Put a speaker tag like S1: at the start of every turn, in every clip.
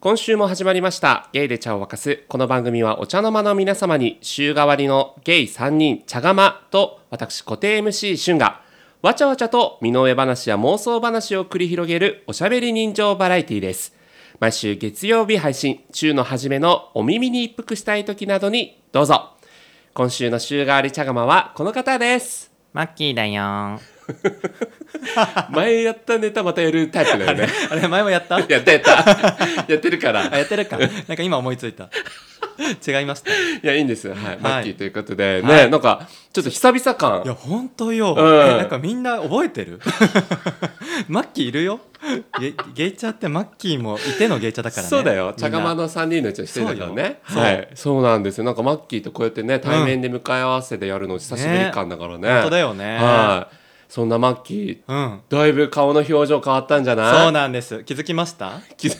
S1: 今週も始まりましたゲイで茶を沸かすこの番組はお茶の間の皆様に週替わりのゲイ3人茶釜と私固定 MC 俊がわちゃわちゃと身の上話や妄想話を繰り広げるおしゃべり人情バラエティです毎週月曜日配信週の初めのお耳に一服したい時などにどうぞ今週の週替わり茶釜はこの方です
S2: マッキーだよーん。
S1: 前やったネタまたやるタイプだよ ね
S2: あれ、前もやった
S1: やったやったやってるから
S2: あ、やってるか。なんか今思いついた。違いました。い
S1: いや、いいんですよ。はい。マッキーということで、
S2: は
S1: ね、なんか、ちょっと久々感。
S2: や、ほんとよ。
S1: ん
S2: えなんかみんな覚えてる マッキーいるよ。ゲゲイチャーってマッキーもいてのゲイチャーだからね。
S1: そうだよ。
S2: みんな
S1: 茶釜。の3人のうちの1人だからね。
S2: そうよ
S1: はい。そうなんですよ。なんか、マッキーとこうやってね、対面で向かい合わせでやるの久しぶり感だからね。
S2: 本当だよね。
S1: はい。そんなマッキー、
S2: うん。
S1: だいぶ顔の表情変わったんじゃない
S2: そうなんです。気づきました
S1: 気づ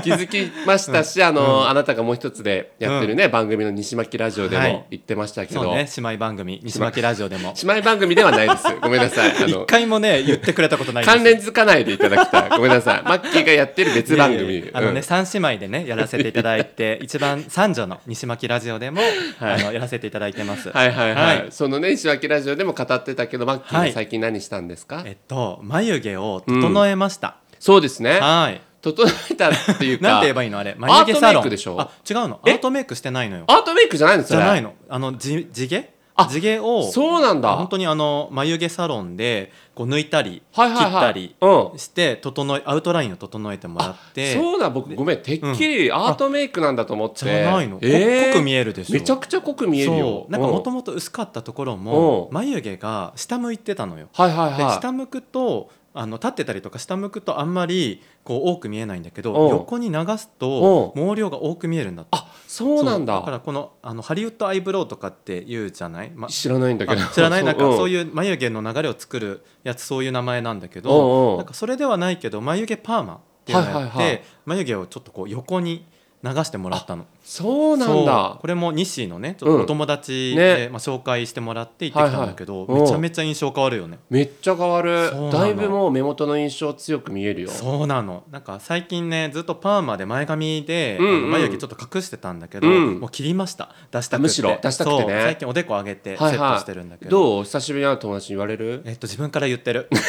S1: 気づきましたし、あの、あなたがもう一つでやってるね、番組の西巻ラジオで
S2: は
S1: も
S2: い
S1: 言ってましたけど、
S2: そうね、姉妹番組、西巻ラジオでも。
S1: 姉妹番組ではないです。ごめんなさい。あ
S2: 一
S1: の、
S2: 回もね、言ってくれたことないんですよ
S1: 関連づかないでいただきたい。ごめんなさい。マッキーがやってる別番組。
S2: いえいえあの
S1: うん
S2: ね、三姉妹でねやらせていただいて一番三女の西巻ラジオでも、
S1: はい
S2: あのやらせていただいてます。
S1: はいはいはい、
S2: はい
S1: そのね石脇ラジオでも語ってたけどマッキー
S2: は
S1: はい最近何したんですか、
S2: えっと眉毛を整えました。
S1: そうですね
S2: はい。
S1: 整えたっていうか
S2: なんて言えばいいのあれ眉毛サ
S1: アートメ
S2: ロ
S1: イ
S2: ン。
S1: クでしょ
S2: あ違うのア
S1: え
S2: ートメイクしてないのよ。
S1: アートメイクじゃないのそ
S2: じゃ
S1: れ
S2: ないのあのじ地毛
S1: あ
S2: 地毛を
S1: そうなんだ
S2: 本当にあの眉毛サロンでこう抜いたり、
S1: はいはいはい
S2: 切ったり
S1: うん
S2: して整えアウトラインを整えてもらって。
S1: そうだ僕ごめんてっきりアートメイクなんだと思って
S2: じゃないの、こ
S1: えー
S2: 濃く見えるでしょ
S1: めちゃくちゃ濃く見えるよ
S2: そうなんかもと
S1: も
S2: もと薄かったところも
S1: うん
S2: 眉毛が下向いてたのよ。
S1: はいはい
S2: で
S1: は
S2: 下向くとあの立ってたりとか下向くとあんまりこう多く見えないんだけ
S1: うん
S2: ど横に流すと
S1: う
S2: 毛量が多く見えるんだって
S1: いそうなん
S2: そ
S1: だ
S2: だからこのあのハリウッドアイブロウとかって言うじゃない、ま、
S1: 知らないんだけど
S2: あ知 らないなんかそう
S1: う
S2: いう眉毛の流れを作るやつそういう名前なんだけ
S1: んう
S2: ど
S1: んうん
S2: なんかそれではないけど眉毛パーマっていうのをやって、
S1: はいはいはい
S2: 眉毛をちょっとこう横に流してもらったの。
S1: そうなん
S2: そう
S1: だ
S2: これも西のねちょっとお友達
S1: うん
S2: で、
S1: ね
S2: まあ、紹介してもらって行ってきたんだけど、
S1: はいはいうん
S2: めちゃめちゃ印象変わるよね
S1: めっちゃ変わる
S2: そうなの
S1: だいぶもう目元の印象強く見えるよ
S2: そうなのなんか最近ねずっとパーマで前髪で、
S1: うんうん
S2: あの眉毛ちょっと隠してたんだけど、
S1: うん
S2: もう切りました出したくて
S1: むしろ出したくてね
S2: そう最近おでこ上げてセ
S1: はいはい
S2: ットしてるんだけど,、
S1: どう久しぶりに会う友達に言われる
S2: えっと自分から言ってる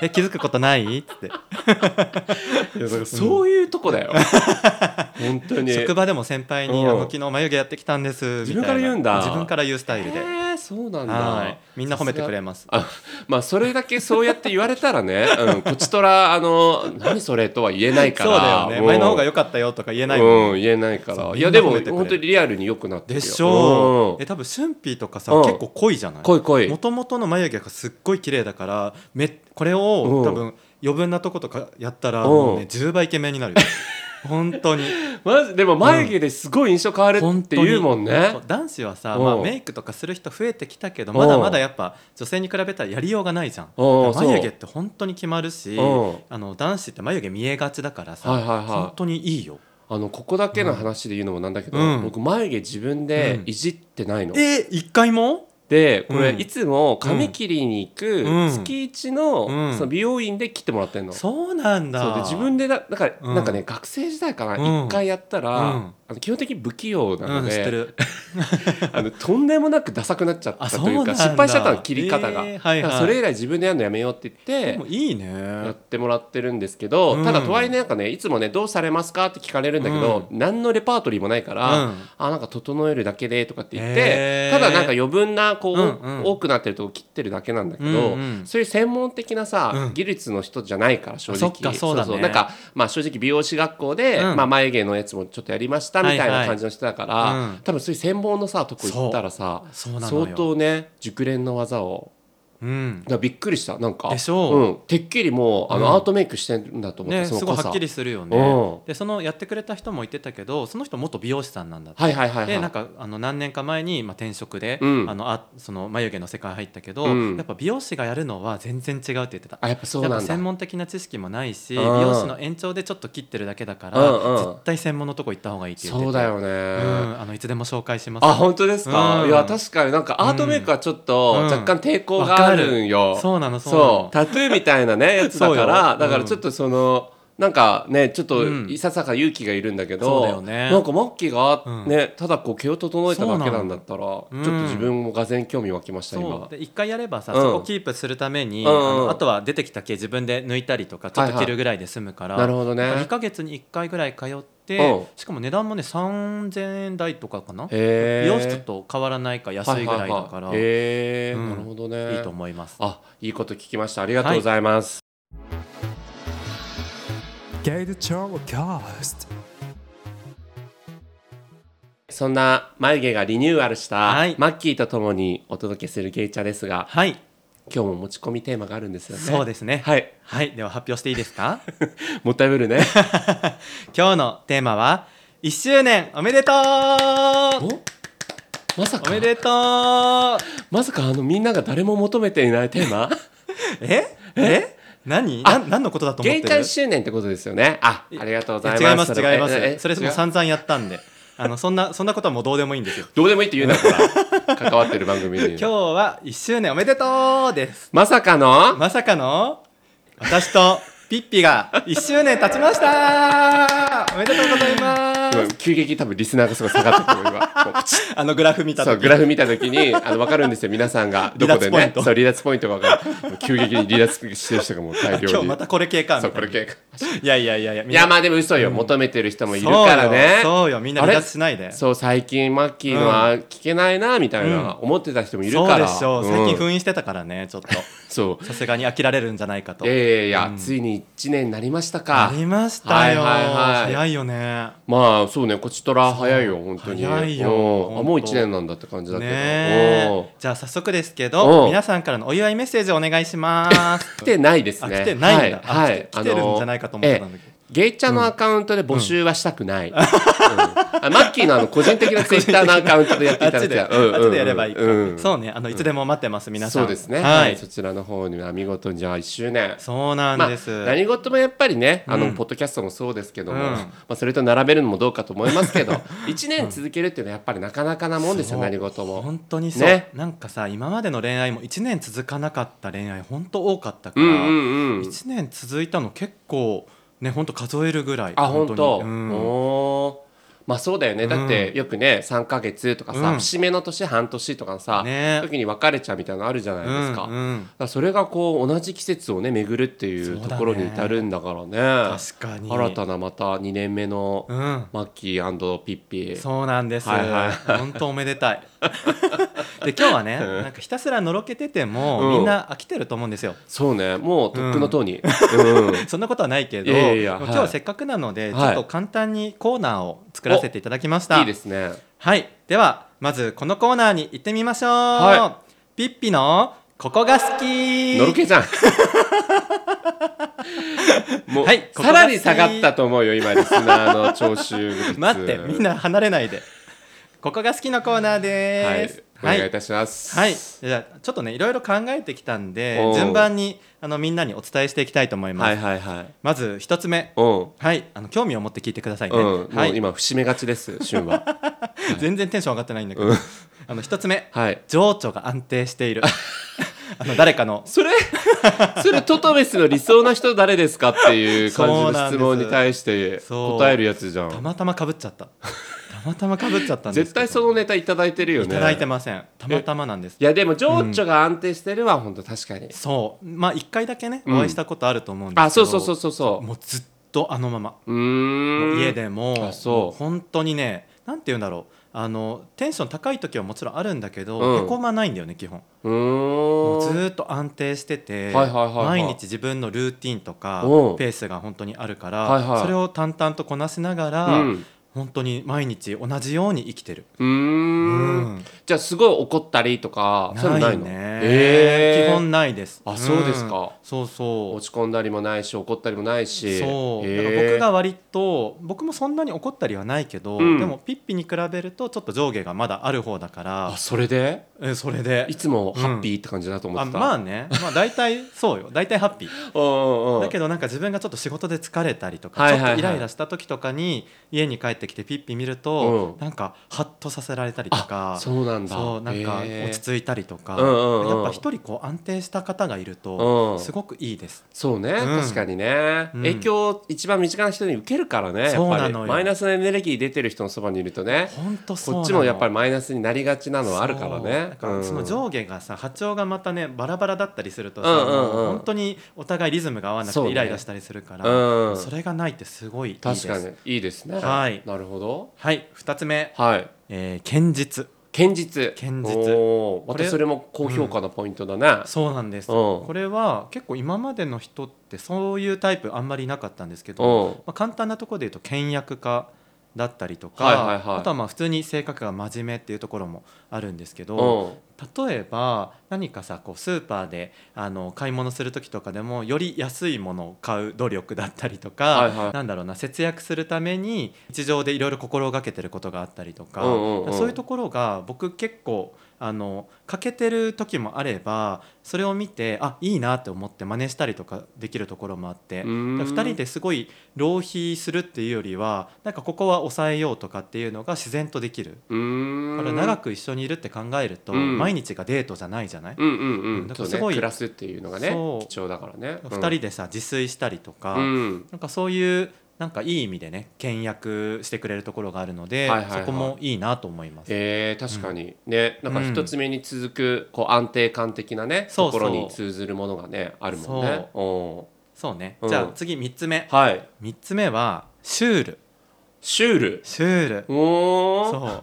S2: え気づくことないって
S1: そういうとこだよ本当に
S2: 職場でも先輩に「
S1: うん
S2: あの昨日眉毛やってきたんです」みた
S1: 自
S2: いな
S1: 分から言うんだ
S2: 自分から言うスタイルで、
S1: へえそうなんだ、
S2: はいみんな褒めてくれ
S1: さ
S2: ます
S1: すがあまあそれだけそうやって言われたらね、うん、こちとらあの何それとは言えないから
S2: そうだよね前の方が
S1: よ
S2: 良かったよとか言えないもん、
S1: うん、言えないか
S2: そ
S1: ら
S2: う
S1: いやでも
S2: みんな褒めてくれる
S1: 本当にリアルに良くなってる
S2: で
S1: よ
S2: しょう、
S1: うん
S2: え多分俊ピーとかさ、
S1: うん
S2: 結構濃いじゃない
S1: 来い来い
S2: もともとの眉毛がすっごい綺麗だからめこれ
S1: う
S2: を
S1: ん
S2: 多分余分なとことかやったら
S1: うん
S2: もうね10倍イケメンになるよ 本当に
S1: まずでも眉毛ですごい印象変わる
S2: 本
S1: って
S2: 当に
S1: いうもんね
S2: そう男子はさ、
S1: うん
S2: まあ、メイクとかする人増えてきたけど
S1: うん
S2: まだまだやっぱ女性に比べたらやりようがないじゃん
S1: うんそう
S2: 眉毛って本当に決まるし
S1: うん
S2: あの男子って眉毛見えがちだからさ、
S1: はいはい
S2: 本
S1: は
S2: 当にいいよ
S1: いあのここだけの話で言うのもなんだけど、
S2: うん
S1: 僕眉毛自分でいじってないの、
S2: え一回も
S1: でこれ
S2: うん
S1: いつも髪切りに行く
S2: うん
S1: 月一
S2: う
S1: の
S2: ん
S1: その美容院で切ってもらってんの。そう
S2: そうなんだ
S1: で自分でだだから、
S2: うん
S1: なんかね学生時代かな一、
S2: うん
S1: 回やったら、
S2: うん
S1: あの基本的に不器用なの
S2: うん、知って
S1: で、
S2: る
S1: あのとんでもなくダサくなっちゃった
S2: あ
S1: と
S2: そう
S1: い
S2: な
S1: うんか
S2: だ
S1: 失敗しちゃったの切り方が、
S2: えーはい
S1: だ
S2: は
S1: から
S2: い、
S1: それ以来自分でやるのやめようって言
S2: で
S1: っ
S2: も
S1: て
S2: いいね
S1: やってもらってるんですけど、
S2: うん
S1: ただとはいえなんかねいつもねどうされますかって聞かれるんだけど、何のレパートリーもないから、
S2: うん
S1: あなんか整えるだけでとかって言って、
S2: へ
S1: た
S2: ー
S1: だなんか余分なこう、
S2: うんうん
S1: 多くなってるとこ切ってるだけなんだけど、
S2: うんうん
S1: そういう専門的なさ、
S2: うん
S1: 技術の人じゃないから正直
S2: そっかそうだね
S1: なんか、まあ、正直美容師学校で、
S2: うん
S1: まあ、眉毛のやつもちょっとやりましたみたい
S2: はい
S1: な
S2: はい
S1: 感じの人だから、
S2: うん
S1: 多分そういう専門のさとこ行ったらさ
S2: そうなのよ
S1: 相当ね熟練の技を
S2: うん
S1: だからびっくりしたなんか、
S2: でしょうん
S1: てっきりもうあの、
S2: うん
S1: アートメイクしてんだと思って、
S2: ね、
S1: その
S2: すごい
S1: 濃さ
S2: はっきりするよ
S1: う
S2: ねでそのやってくれた人も言ってたけどその人元美容師さんなんだって、
S1: はいはいはいはい
S2: でなんかあの何年か前に、まあ、転職で、
S1: うん
S2: あのあその眉毛の世界入ったけど、
S1: うん
S2: やっぱ美容師がやるのは全然違うって言ってた
S1: あやっぱそう
S2: やっ
S1: な
S2: ぱ
S1: んだ
S2: 専門的な知識もないし
S1: うん
S2: 美容師の延長でちょっと切ってるだけだから、
S1: うんうん
S2: 絶対専門のとこ行った方がいいって言ってて
S1: そうだよね、
S2: うん、あのいつでも紹介します
S1: あ本当ですか、
S2: うん
S1: いや確かになんかアートメイクはちょっと
S2: うん
S1: 若干抵抗があるんよ、
S2: そうなのそうなの
S1: そうタトゥーみたいなねやつだ
S2: そう
S1: か
S2: よ
S1: ら
S2: うん
S1: だからちょっとそのなんかねちょっと
S2: うん
S1: いささか勇気がいるんだけど、
S2: そうだよね
S1: なんかマッキーが
S2: うん
S1: ね、ただこう毛を整えただけなんだったらちょ
S2: なの
S1: っと自分もがぜ興味湧きました
S2: そ
S1: 今
S2: うで一回やればさ、
S1: うん
S2: そこキープするために、
S1: うんうん
S2: あのあとは出てきた毛自分で抜いたりとかちょっと切るぐらいで済むから、
S1: なるほどね
S2: 2ヶ月に1回ぐらい通って、
S1: うん
S2: しかも値段もね3000円台とかかな、
S1: へー
S2: 美容室と変わらないか安いぐらいだから、
S1: はははへえ、
S2: うん
S1: なるほどね
S2: いいと思います
S1: あいいこと聞きましたありがとうございます、
S2: ゲイルチャーキャス
S1: そんな眉毛がリニューアルした、
S2: はい
S1: マッキーとともにお届けするゲイチャですが
S2: はい
S1: 今日も持ち込みテーマがあるんですよね
S2: そうですね
S1: はい
S2: はいでは発表していいですか
S1: もったいぶるね
S2: 今日のテーマは1周年おめでとう
S1: おまさか
S2: おめでとう
S1: まさかあのみんなが誰も求めていないテー マ
S2: ええ何な何のことだと思っ
S1: ゲ
S2: て
S1: イ
S2: る
S1: チャ1周年ってことですよねあありがとうございます
S2: いや違
S1: それ
S2: います違います
S1: ええ
S2: それもう
S1: 違う
S2: 散々やったんであのそんな そんなことはもうどうでもいいんですよ
S1: どうでもいいって言うなほら関わってる番組に
S2: 今日は1周年おめでとうです
S1: まさかの
S2: まさかの私とピッピが1周年経ちましたおめでとうございま
S1: 今
S2: す
S1: 急激に多分リスナーがすごい下がってくる 今もうプチッ
S2: あのグラフ見た
S1: そう
S2: 時
S1: グラフ見た時にあの分かるんですよ皆さんがどこで
S2: 離脱ポイン
S1: ね
S2: ト
S1: そう離脱ポイントが分かる急激に離脱してる人がもう大量に
S2: 今日またこれ系かみ
S1: そ
S2: たいう
S1: これ系
S2: な
S1: か
S2: いやいやいやいやみ
S1: い
S2: んな
S1: やまあでも嘘よ、求めてる人もいるからね
S2: そうよそうよみんな離脱しないで
S1: あれそう最近マッキーのは聞けないなみたいな、思ってた人もいる
S2: そう
S1: から
S2: でしょう最近
S1: ん
S2: 封印してたからねちょっと
S1: そう
S2: さすがに飽きられるんじゃない かと
S1: いやいやいや、ついに1年になりました
S2: あ
S1: か
S2: りましたよ
S1: はいはいはい
S2: 早いよね
S1: まあそうねこちとら早いよ本当に
S2: 早いよ
S1: うんあもう
S2: 本当
S1: 1年なんだって感じだけど、
S2: ね
S1: うん
S2: えじゃあ早速ですけ
S1: おう
S2: ど皆さんからのお祝いメッセージお願いします
S1: 来てないですね。
S2: あ来てないんだ
S1: は
S2: あ
S1: い、
S2: 来て来てるんじゃないかと思ってたん
S1: あのえ
S2: だけど
S1: えゲイチャのアカウントで募集はしたくない。うんあマッキーのあの個人的なツイッターのアカウントでやって
S2: あ
S1: い
S2: っ
S1: だ
S2: た ち
S1: いて
S2: で、、
S1: うんうん
S2: あっちでやればいいか、
S1: うん
S2: そうねあのいつでも待ってます皆さん
S1: そうですね。
S2: は
S1: はい、
S2: い
S1: そちらの方には見事にじゃあ1周年。
S2: そうな
S1: ま
S2: ん
S1: あ
S2: です、、
S1: 何事もやっぱりね、あの、ポッドキャストもそうですけども、
S2: うん
S1: まあ、それと並べるのもどうかと思いますけど、1年 続けるっていうのはやっぱりなかなかなもんですよ、
S2: そう
S1: 何事も。
S2: 本当にそう、
S1: ね
S2: なんかさ今までの恋愛も1年続かなかった恋愛本当多かった
S1: う
S2: から、
S1: んうんうん。
S2: 1年続いたの結構ね本当数えるぐらい
S1: あ本当。
S2: にうん
S1: おーまあそうだよね。だってよくね3ヶ月とかさ、
S2: うん
S1: 節目の年半年とかさ、
S2: ね
S1: 時に別れちゃうみたいなのあるじゃないですか。だか
S2: うんうん
S1: らそれがこう同じ季節をね巡るってい
S2: そう
S1: う
S2: だね
S1: ところに至るんだからね。
S2: 確かに
S1: 新たなまた2年目の
S2: うん
S1: マッキーピッピ。
S2: そうなんです、
S1: はいはい
S2: 本当おめでた いで今日はねなんかひたすらのろけてても、
S1: うん
S2: みんな飽きてると思うんですよ
S1: そうね。もうとっくのとう に。うん。
S2: そんなことはないけど
S1: いやいやいや
S2: でも
S1: はい
S2: 今日せっかくなので、
S1: はい
S2: ちょっと簡単にコーナーを作らせていただきました
S1: いいですね。
S2: はいではまずこのコーナーに行ってみましょう、
S1: は
S2: ピッピのここが好き
S1: のろ けじゃん。もう、
S2: はいここが
S1: さらに下がったと思うよ今リスナーの聴衆率
S2: 待ってみんな離れないでここが好きのコーナーです、
S1: はい、お願いいたします。
S2: はい、じゃあちょっとねいろいろ考えてきたんで
S1: おう
S2: 順番にあのみんなにお伝えしていきたいと思います、
S1: はいはいはい。
S2: まず一つ目
S1: うん。
S2: はいあの興味を持って聞いてくださいね、
S1: うん、
S2: は
S1: もう
S2: い、
S1: 今節目がちです、旬 は。
S2: 全然テンション上がってないんだけど、あの一つ目
S1: はい。
S2: 情緒が安定して いるあの誰かの
S1: それ、それトトメスの理想な人誰ですかっていう感じ
S2: そう
S1: の
S2: なん
S1: 質
S2: です
S1: 問に対して
S2: そう
S1: 答えるやつじゃ
S2: た
S1: ん。
S2: またまかぶっちゃったたまたまかぶっちゃったんで
S1: 絶
S2: すけど
S1: 対そのネタいただいてるよね。
S2: いただいてませんたまたまなんです
S1: いやでも情緒が安定してるは本当確かに。
S2: そうまあ一回だけね、
S1: うん
S2: お会いしたことあると思うんですけど
S1: あ、そうそうそうそうそう。
S2: もうずっとあのまま
S1: うーん。
S2: 家。でも
S1: あそう
S2: も本当にねなんて言うんだろうあのテンション高い時はもちろんあるんだけど、
S1: うん
S2: へこまないんだよね基本
S1: う
S2: もうず
S1: ーん。
S2: ーっと安定してて、
S1: はいはいはいはい
S2: 毎日自分のルーティンとか
S1: うん
S2: ペースが本当にあるから、
S1: はいはい
S2: それを淡々とこなしながら、
S1: うん
S2: 本当に毎日同じように生きてる、
S1: うーん。じゃあすごい怒ったりとか、そういうのないの
S2: ね、
S1: えー
S2: 基本ないです
S1: あそうですか
S2: んそうそう
S1: 落ち込んだりもないし怒ったりもないし
S2: そうだから
S1: へ
S2: 僕
S1: ー
S2: が割と僕もそんなに怒ったりはないけど、
S1: うん
S2: でもピッピに比べるとちょっと上下がまだある方だから
S1: あそれで
S2: えそれで
S1: いつもハッピーって感じだと思
S2: あ
S1: ってた、
S2: まあね、まあ、大体そうよ大体ハッピー
S1: うんうんうん
S2: だけどなんか自分がちょっと仕事で疲れたりとか、
S1: はいはいはい
S2: ちょっとイライラした時とかに家に帰ってってきてピッピ見ると、
S1: うん
S2: なんかハッとさせられたりとか
S1: そうなんだ
S2: そうなんか落ち
S1: い
S2: 着いたりとか、
S1: うんうんうん
S2: やっぱ一人こう安定した方がいると、
S1: うん、
S2: すごくいいです。
S1: そうね、
S2: うん
S1: 確かにね、
S2: うん
S1: 影響を一番身近な人に受けるからねやっぱり
S2: そうなのよ
S1: マイナスのエネルギー出てる人のそばにいるとね
S2: 本当そうな
S1: こ
S2: の
S1: っちもやっぱりマイナスになりがちなのはあるから
S2: そう
S1: ね
S2: だからその
S1: うん
S2: 上下がさ波長がまたねバラバラだったりするとさ、
S1: うんうんうん
S2: もう本当にお互いリズムが合わなく
S1: そうね
S2: てイライラしたりするから、
S1: うん
S2: それがないってすごいいいです
S1: 確かにいいですね
S2: はい
S1: なるほど
S2: はい2つ目、
S1: はい
S2: えー堅実
S1: 堅実
S2: 堅実
S1: おーま
S2: こ
S1: た
S2: れ
S1: それも高評価のポイントだね、
S2: そうなんです、
S1: うん
S2: これは結構今までの人ってそういうタイプあんまりいなかったんですけ
S1: うん
S2: ど、まあ、簡単なところで言うと倹約家だったりとか、
S1: はいはいはい
S2: あとはまあ普通に性格が真面目っていうところもあるんですけど、
S1: うん
S2: 例えば何かさこうスーパーであの買い物する時とかでもより安いものを買う努力だったりとか、
S1: はいはい
S2: なんだろうな節約するために日常でいろいろ心がけてることがあったりとか、
S1: うんうんうん
S2: そういうところが僕結構あの欠けてる時もあればそれを見てあいいなって思って真似したりとかできるところもあって
S1: うーん
S2: 2人ですごい浪費するっていうよりはなんかここは抑えようとかっていうのが自然とできる。
S1: うーん
S2: だから長く一緒にいるって考えると、
S1: うん
S2: 毎日がデートじゃないじゃない、
S1: うんうんうん
S2: だ
S1: そ
S2: から
S1: うね
S2: すごい
S1: 暮らすっていうのがね
S2: そう
S1: 貴重だからね
S2: 二人でさ自炊したりとか、
S1: うん
S2: なんかそういうなんかいい意味でね倹約してくれるところがあるので、
S1: はいはいはい
S2: そこもいいなと思います。
S1: えー、確かに、ねなんか
S2: うん
S1: 一つ目に続くこう安定感的なね、
S2: そう
S1: と
S2: そ
S1: こ
S2: う
S1: ろに通ずるものがねあるもんね。お
S2: そうね、
S1: うん
S2: じゃあ次3つ目
S1: ーはい
S2: 3つ目はシュール
S1: シュール
S2: シュール
S1: おー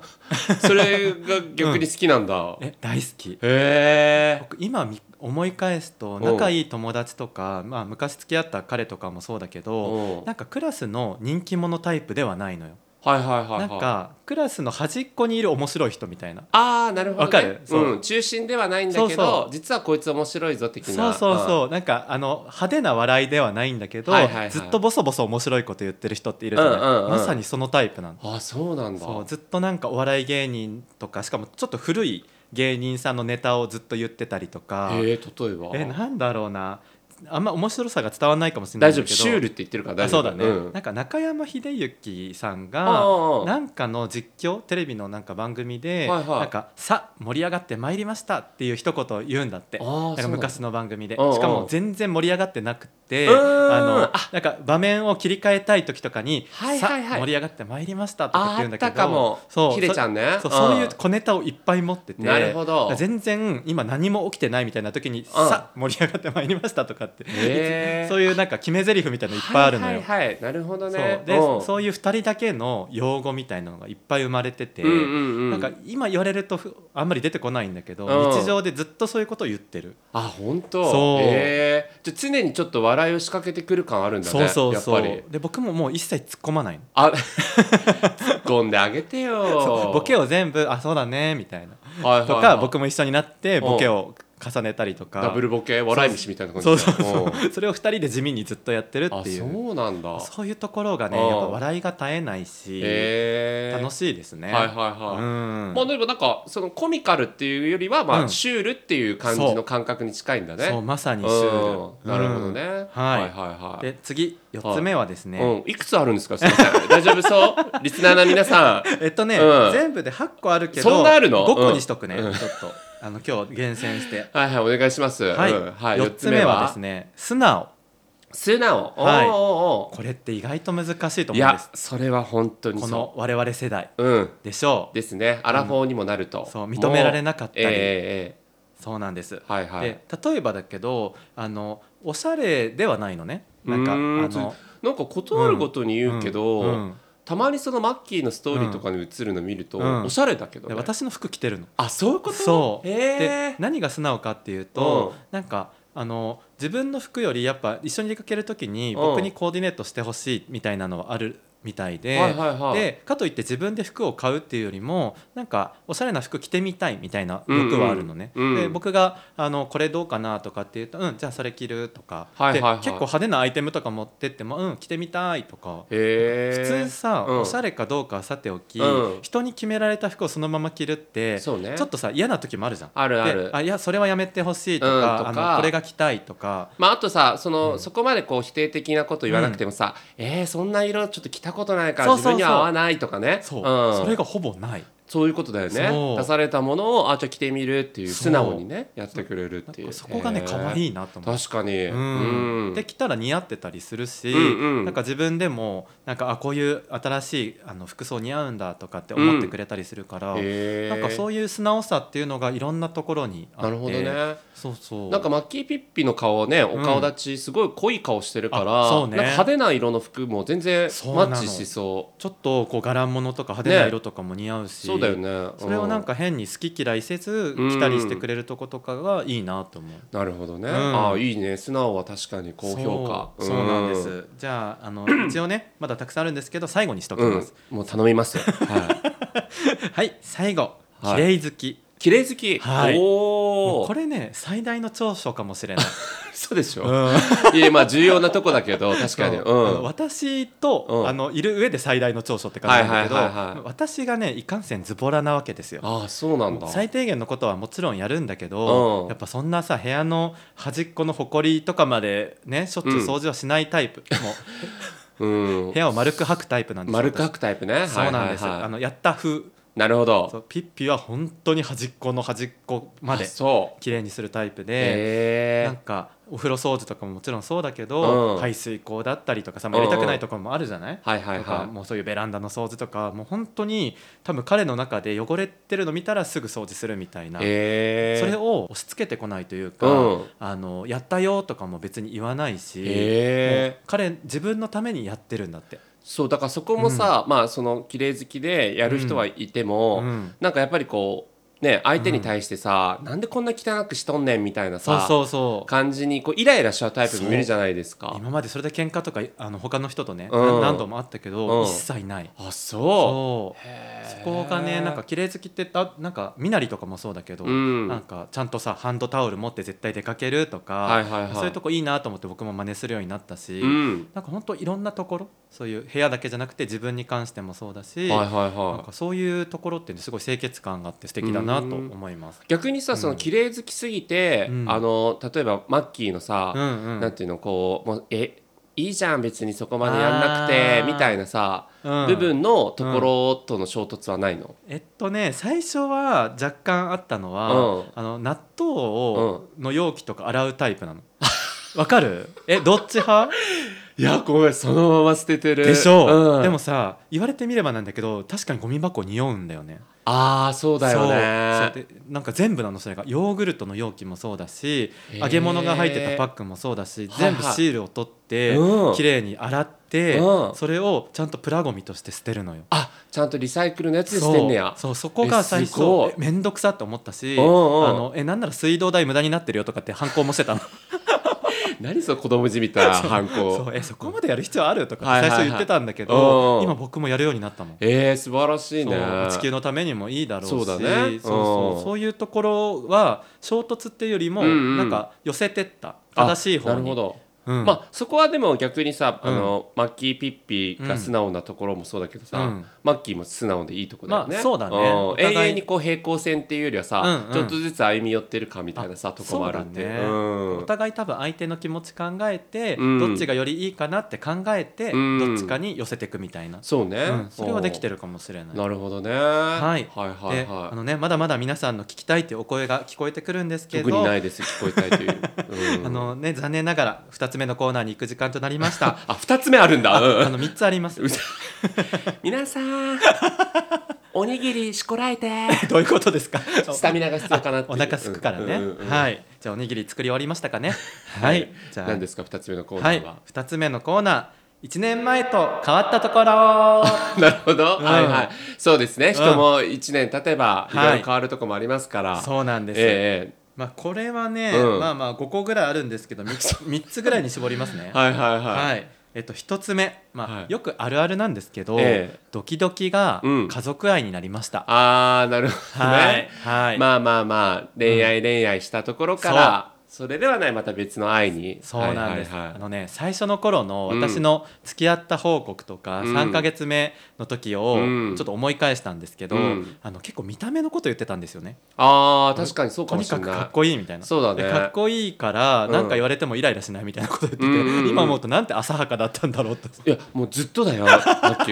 S2: そう
S1: それが逆に好きなんだ。へ
S2: え大好き
S1: え
S2: 僕今み思い返すと仲いい友達とか、まあ、昔付き合った彼とかもそうだけど
S1: うん
S2: なんかクラスの人気者タイプではないのよ
S1: はいはいはいはい。
S2: なんかクラスの端っこにいる面白い人みたいな
S1: あーなるほど、ね、
S2: わかるそう
S1: うん、中心ではないんだけど
S2: そうそ
S1: 実はこいつ面白いぞ的
S2: そ
S1: な
S2: うそうそうなんかあの派手な笑いではないんだけど、
S1: はいはいはい
S2: ずっとボソボソ面白いこと言ってる人っているじゃない、
S1: うんうんうん
S2: まさにそのタイプなの
S1: うんあそうなんだ
S2: そうずっとなんかお笑い芸人とかしかもちょっと古い芸人さんのネタをずっと言ってたりとか
S1: えー、例えば
S2: えなんだろうなあんま面白さが伝わらないかもしれない
S1: 大
S2: ん
S1: 丈
S2: だけ
S1: 夫シ
S2: ど
S1: ュールって言ってるから
S2: あ
S1: 大丈
S2: そ
S1: 夫
S2: うだね、
S1: うん
S2: なんか中山秀幸さん
S1: ああ
S2: が
S1: ああ
S2: なんかの実況テレビのなんか番組で、
S1: はいはい
S2: なんか「さ盛り上がってまいりました」っていう一言を言うんだって
S1: あーそ
S2: なん
S1: う
S2: か
S1: なんだ
S2: 昔の番組で
S1: うんうん
S2: しかも全然盛り上がってなくて
S1: うん
S2: あの
S1: あ
S2: なんか場面を切り替えたい時とかに「
S1: はいはいはい
S2: さ盛り上がってまいりました」とかっ
S1: あ
S2: て
S1: あ
S2: 言うん
S1: っ
S2: だけど
S1: たかも
S2: そう
S1: ヒデちゃんね
S2: そう
S1: うん
S2: そういう小ネタをいっぱい持ってて
S1: なるほど
S2: 全然今何も起きてないみたいな時に「さ盛り上がってまいりました」とかって、
S1: へー
S2: そういうなんか決め台詞みたいなのいっぱいあるのよ。
S1: はいはいはいなるほどね
S2: そうで
S1: うん
S2: そういう2人だけの用語みたいなのがいっぱい生まれてて、
S1: うんうんうん
S2: なんか今言われるとふあんまり出てこないんだけど、
S1: うん
S2: 日常でずっとそういうことを言ってる、
S1: あ本当
S2: そう
S1: ええじゃあ常にちょっと笑いを仕掛けてくる感あるんだね
S2: そうそうそ
S1: やっぱり
S2: うで僕ももう一切突っ込まないの
S1: あ 突っ込んであげてよ
S2: ボケ
S1: を
S2: を全部「あそうだね」みたいな
S1: と
S2: とか僕も一緒になってボケを重ねたりとか
S1: ダブルボケ笑い飯みたいな感じ
S2: そ
S1: だ
S2: うそうそう
S1: うん
S2: それを2人で地味にずっとやってる
S1: あ
S2: っていう
S1: そうなんだ
S2: そういうところがね
S1: うん
S2: やっぱ笑いが絶えないし、
S1: ええ
S2: 楽しいですね、
S1: はいはいはい
S2: うん
S1: まあでもなんかそのコミカルっていうよりはま
S2: う
S1: あ
S2: ん
S1: シュールっていう感じの感覚に近いんだね
S2: そうまさにシュー
S1: う
S2: ル
S1: んなるほどね、
S2: うん
S1: はい、はい
S2: は
S1: はい
S2: いで次4つ目はですね、
S1: うん、いくつあるんですかすいません大丈夫 そうリスナーの皆さん
S2: えっとね、
S1: うん
S2: 全部で8個あるけど
S1: そんなあるの
S2: 5個にしとくね、
S1: うん
S2: ちょっとあの今日厳選して
S1: はいはいお願いします
S2: はい、
S1: うんはい、
S2: 4つ目はですね素直
S1: 素直お
S2: はい
S1: ーおーお
S2: これって意外と難しい
S1: ーい
S2: と思うんで
S1: や
S2: す
S1: それは本当に
S2: こ
S1: そ
S2: の我々世代
S1: ううん
S2: でしょう
S1: ですねアラフォーにもなると、
S2: そう認められなかったり
S1: もうえ
S2: そうなんです
S1: えええええはいはい
S2: で例えばだけどあのおしゃれではないのねなんか
S1: う
S2: あ
S1: ーん
S2: の
S1: なんか断るごとに言うけど、
S2: うんうん
S1: たまにそのマッキーのストーリーとかに映るの見ると、
S2: うん
S1: おしゃれだけど、
S2: で
S1: ね、
S2: 私の服着てるの
S1: あそういうこと
S2: そう
S1: へ
S2: で
S1: え
S2: 何が素直かっていう
S1: う
S2: と、
S1: ん
S2: なんかあの自分の服よりやっぱ一緒に出かける時に
S1: うん
S2: 僕にコーディネートしてほしいみたいなのはあるみたいで。
S1: はいはいはい
S2: でかといって自分で服を買うっていうよりもなんかおしゃれな服着てみたいみたいな欲はあるのね、
S1: うんうんうん
S2: で僕があのこれどうかなとかっていうと「うんじゃあそれ着る」とか、
S1: はいはいはい
S2: で結構派手なアイテムとか持ってっても「うん着てみたい」とか
S1: へえ
S2: 普通さ、
S1: うん
S2: おしゃれかどうかはさておき、
S1: うん
S2: 人に決められた服をそのまま着るって、
S1: そうね
S2: ちょっとさ嫌な時もあるじゃん。
S1: あるあ
S2: で
S1: る
S2: あいやそれはやめてほしいとか,、
S1: うんとか
S2: あのこれが着たいとか
S1: まあ、あとさその、そこまでこう否定的なこと言わなくてもさ、えー、そんな色ちょっと着たことないから
S2: そう
S1: 自
S2: そう
S1: 分
S2: そう
S1: には合わないとかね
S2: そう、
S1: ん、
S2: それがほぼない
S1: そういうことだよ
S2: そ
S1: ね
S2: う
S1: 出されたものをあじゃあ着てみるっていう
S2: そう
S1: 素直にねやってくれるって
S2: ないん
S1: う
S2: かそこがね可愛
S1: い
S2: いなと思う。
S1: 確かに、う
S2: うん
S1: ん、
S2: で着たら似合ってたりするし、
S1: うんうん
S2: なんか自分でもなんかあこういう新しいあの服装似合うんだとかって思ってくれたりするから、
S1: へー
S2: なんかそういう素直さっていうのがいろんなところにあっ
S1: な
S2: て
S1: るほどね
S2: そうそう
S1: なんかマッキーピッピの顔ねお顔立ちすごい濃い顔してるから、
S2: あそう
S1: なん
S2: ね
S1: か派手な色の服も全然
S2: そう
S1: マ
S2: なの
S1: ッチしそう
S2: ちょっとこう柄物とか派手な色とかも似合うし、
S1: そうだよね
S2: それをなん
S1: か、
S2: か変に好き嫌いせず
S1: うん
S2: 着たりしてくれるとことかがいいなと思う。
S1: なるほどね、
S2: うん
S1: ああいいね素直は確かに高評価
S2: そうそうなんで
S1: う
S2: すじゃああの一応ねまだたくさんあるんですけど最後にしとき
S1: う
S2: ま
S1: ん
S2: す、、
S1: もう頼みますよ。はい、
S2: はい最後
S1: はい
S2: 綺麗好き、
S1: 綺麗好き。
S2: はい
S1: お
S2: も
S1: お。
S2: うこれね最大の長所かもしれない、
S1: そうでしょ。
S2: うん
S1: いやまあ重要なとこだけど確かに。う
S2: そうあの
S1: ん。
S2: 私と、
S1: うん
S2: あのいる上で最大の長所って感じなんだけど、
S1: はいはいはいはい
S2: 私がねいかんせんズボラなわけですよ
S1: ああそうなんだ。
S2: 最低限のことはもちろんやるんだけど、
S1: うん
S2: やっぱそんなさ部屋の端っこのほこりとかまでねしょっちゅう掃除はしないタイプ、
S1: う
S2: も
S1: ん
S2: う部。屋を丸く吐くタイプなんですよ
S1: 丸く書くタイプね。
S2: 私そうなんです、
S1: はいはい
S2: あ
S1: はい
S2: のやった風
S1: なるほ
S2: そ
S1: ど。
S2: うピッピは本当に端っこの端っこま
S1: あ
S2: で
S1: そう。
S2: 綺麗にするタイプで、
S1: へ
S2: なん
S1: え。
S2: かお風呂掃除とかももちろんそうだけど、
S1: うん
S2: 排水口だったりとかさまあやりたくないところもあるじゃない、
S1: はいはい
S2: とか
S1: は
S2: もうそういうベランダの掃除とかもう本当に多分彼の中で汚れてるの見たらすぐ掃除するみたいな、
S1: い。へえ。
S2: それを押し付けてこないというか、
S1: うん
S2: あのやったよとかも別に言わないし、
S1: へえ
S2: もう彼自分のためにやってるんだって。
S1: そうだからそこもさ、まあその綺麗好きでやる人はいても、
S2: うん
S1: なんかやっぱりこうね相手に対してさ、なんでこんな汚くしとんねんみたいな
S2: そう
S1: さ
S2: そうそう
S1: 感じにこうイライラしちゃうタイプもいるじゃないですか。
S2: 今までそれで喧嘩とかあの他の人とね、
S1: うん
S2: 何度もあったけど、
S1: うん
S2: 一切ない。
S1: あそ
S2: そう
S1: う。へ
S2: そ
S1: ー
S2: こがねなんか綺麗好きってたなんか身なりとかもそうだけど、
S1: うん
S2: なんかちゃんとさハンドタオル持って絶対出かけるとか、
S1: はいはいはい
S2: そういうとこいいなと思って僕も真似するようになったし、
S1: うん。
S2: なんか本当いろんなところそういう部屋だけじゃなくて自分に関してもそうだし、
S1: はいはいは
S2: ないん。かそういうところってねすごい清潔感があって素敵だなと思います。
S1: 逆にさその綺麗好きすぎて、
S2: うん
S1: あの例えばマッキーのさ、
S2: うんうん
S1: なんていうのこうもうえいいじゃん別にそこまでやんなくて
S2: あー
S1: みたいなさ、
S2: うん
S1: 部分のところとの衝突はないの、
S2: えっとね最初は若干あったのは、
S1: うん
S2: あの納豆を、の容器とか洗うタイプなの。わかるえどっち派
S1: いやごめんそのまま捨ててる
S2: でしょう、
S1: ん
S2: でもさ言われてみればなんだけど確かにゴミ箱匂うんだよね。
S1: ああそうだよ
S2: そう
S1: ね
S2: そうでなんか全部なのそれがヨーグルトの容器もそうだし
S1: へー
S2: 揚げ物が入ってたパックもそうだし
S1: はいはい
S2: 全部シールを取って
S1: うん
S2: 綺麗に洗って
S1: うん
S2: それをちゃんとプラゴミとして捨てるのよ。
S1: あちゃんとリサイクルのやつで
S2: そ
S1: 捨
S2: う
S1: てんねや
S2: そうそこが最
S1: えす
S2: 初
S1: ごい
S2: え面倒くさって思ったし
S1: う
S2: あ
S1: んうん
S2: のえなんなら水道代無駄になってるよとかって反抗もしてたの
S1: 何 その子供じみたいな反
S2: そ
S1: 抗
S2: うえそこまでやる必要あるとか
S1: は
S2: っ
S1: いは
S2: て
S1: いはい
S2: 最初言ってたんだけ
S1: うんうん
S2: ど今僕もやるようになったもん。
S1: えー、素晴らしいね
S2: そう地球のためにもいいだろうし
S1: そうだ
S2: そ
S1: ね
S2: うそう
S1: うん
S2: そういうところは衝突っていうよりも
S1: うんうん
S2: なんか寄せてった、
S1: あ
S2: 正しい方
S1: なる
S2: に
S1: ほど
S2: うん
S1: まあそこはでも逆にさ、
S2: うん
S1: あのマッキーピッピが素直なところもそうだけどさ、
S2: うん
S1: マッキーも素直でいいとこだよね、
S2: まあそうだね
S1: ん
S2: お互い
S1: 永遠にこう平行線っていうよりはさ、
S2: うんうん
S1: ちょっとずつ歩み寄ってるかみたいなさとこもあるんで
S2: そうだね
S1: うん
S2: お互い多分相手の気持ち考えて、
S1: うん
S2: どっちがよりいいかなって考えて、
S1: うん
S2: どっちかに寄せていくみたいな、
S1: そうね、
S2: うんそれはできて
S1: る
S2: るかもしれない。
S1: なるほどね、はいはいはい
S2: であのね、まだまだ皆さんの聞きたいっていうお声が聞こえてくるんですけ
S1: 特に
S2: ど
S1: な、いです聞こえたいという、うん
S2: あのね、残念ながら2つ目のコーナーに行く時間となり ました。
S1: あ二つ目あるんだ、うん
S2: あの3つあります。
S1: 皆さんおにぎりしこらえ て
S2: どういうことですか
S1: スタミナが必要かなってい
S2: お
S1: う
S2: 腹すくからね、
S1: うんうんうん
S2: はいじゃあおにぎり作り終わりましたかねはいじゃあ
S1: 何ですか二つ目のコーナ
S2: は
S1: ー
S2: い
S1: は、
S2: 2つ目のコーナー1年前と変わったとこ ろ
S1: なるほど、
S2: うん
S1: はいはいそうですね人も1年経てばいろいろ変わるとこもありますから、
S2: そうなんです、
S1: え
S2: まあこれはね、
S1: うん
S2: まあまあ5個ぐらいあるんですけど 3, つ3つぐらいに絞りますね
S1: え はいはい
S2: はい、
S1: はい、
S2: えっと1つ目、まあ
S1: はい
S2: よくあるあるなんですけど、
S1: ええ
S2: ドキドキが
S1: うん
S2: 家族愛になりました、
S1: ああなるほどね、
S2: はいはい、
S1: まあまあまあ恋愛恋愛したところから、
S2: そ
S1: それではないまた別の愛に
S2: そうなんです、
S1: はいはい
S2: あ
S1: はい
S2: のね最初の頃の
S1: うん
S2: 私の付き合った報告とか、
S1: うん
S2: 3ヶ月目の時を
S1: うん
S2: ちょっと思い返したんですけど、
S1: うん
S2: あの結構見た目のこと言ってたんですよね
S1: あー確かにそうか
S2: と
S1: も
S2: に
S1: しれ
S2: かく
S1: ない
S2: かっこいいみたいな
S1: そうだね
S2: でかっこいいから
S1: うん
S2: 何か言われてもイライラしないみたいなこと言ってて、
S1: うんうんうん
S2: 今思うとなんて浅はかだったんだろうと
S1: いやもうずっとだよだって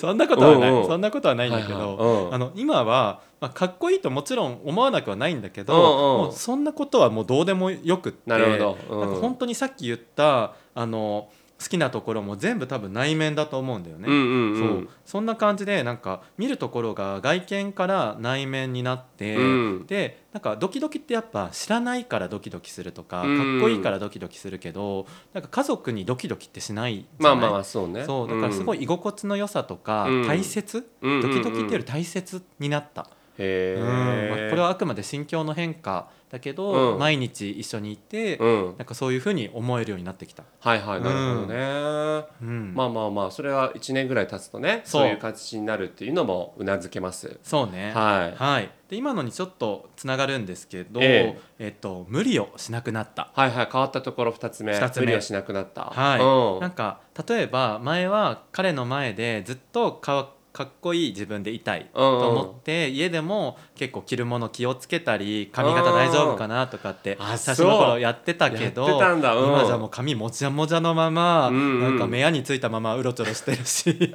S2: そんなことはない、
S1: うんうん
S2: そんなことはないんだけど、
S1: はいはいうん
S2: あの今は、まあ、かっこいいともちろん思わなくはないんだけど、
S1: うんうん
S2: もうそんなことはもうどうでもよくって
S1: なるほど、うん、
S2: なんか本当にさっき言ったあの好きなところも全部多分内面だと思うんだよね。
S1: うんうんう
S2: そ
S1: ん
S2: うそんな感じでなんか見るところが外見から内面になって、
S1: うん
S2: でなんかドキドキってやっぱ知らないからドキドキするとか、
S1: うん
S2: かっこいいからドキドキするけどなんか家族にドキドキってしないじ
S1: まあ
S2: ゃない
S1: まあまあそうね
S2: そうだからすご
S1: い、
S2: い居心地の良さとか、
S1: うん
S2: 大切、
S1: うんうんうん
S2: ドキドキっていうより大切になった、
S1: へ
S2: うん
S1: え、
S2: まあこれはあくまで心境の変化だけど、
S1: うん
S2: 毎日一緒にいて、
S1: うん
S2: なんかそういうふうに思えるようになってきた。
S1: はいはいなるほどね、
S2: うん、
S1: まあまあまあそれは1年ぐらい経つとね
S2: そう
S1: そういう形になるっていうのもうなずけます
S2: そうね。
S1: はい
S2: はい。で今のにちょっとつながるんですけど、
S1: え
S2: えっと無理をしなくなった。
S1: はいはい変わったところ2つ目
S2: 二つ目
S1: 無理をしなくなった
S2: はい。
S1: うん
S2: なんか例えば前は彼の前でずっとかかっこいい自分でいたい。と思って家でも結構着るもの気をつけたり髪型大丈夫かなとかって
S1: あ
S2: 最初の
S1: そう
S2: 頃やってたけ
S1: やって
S2: ど
S1: たんだうん
S2: 今じゃもう髪もじゃもじゃのまま
S1: うんうん
S2: なんか目やについたままうろちょろしてるし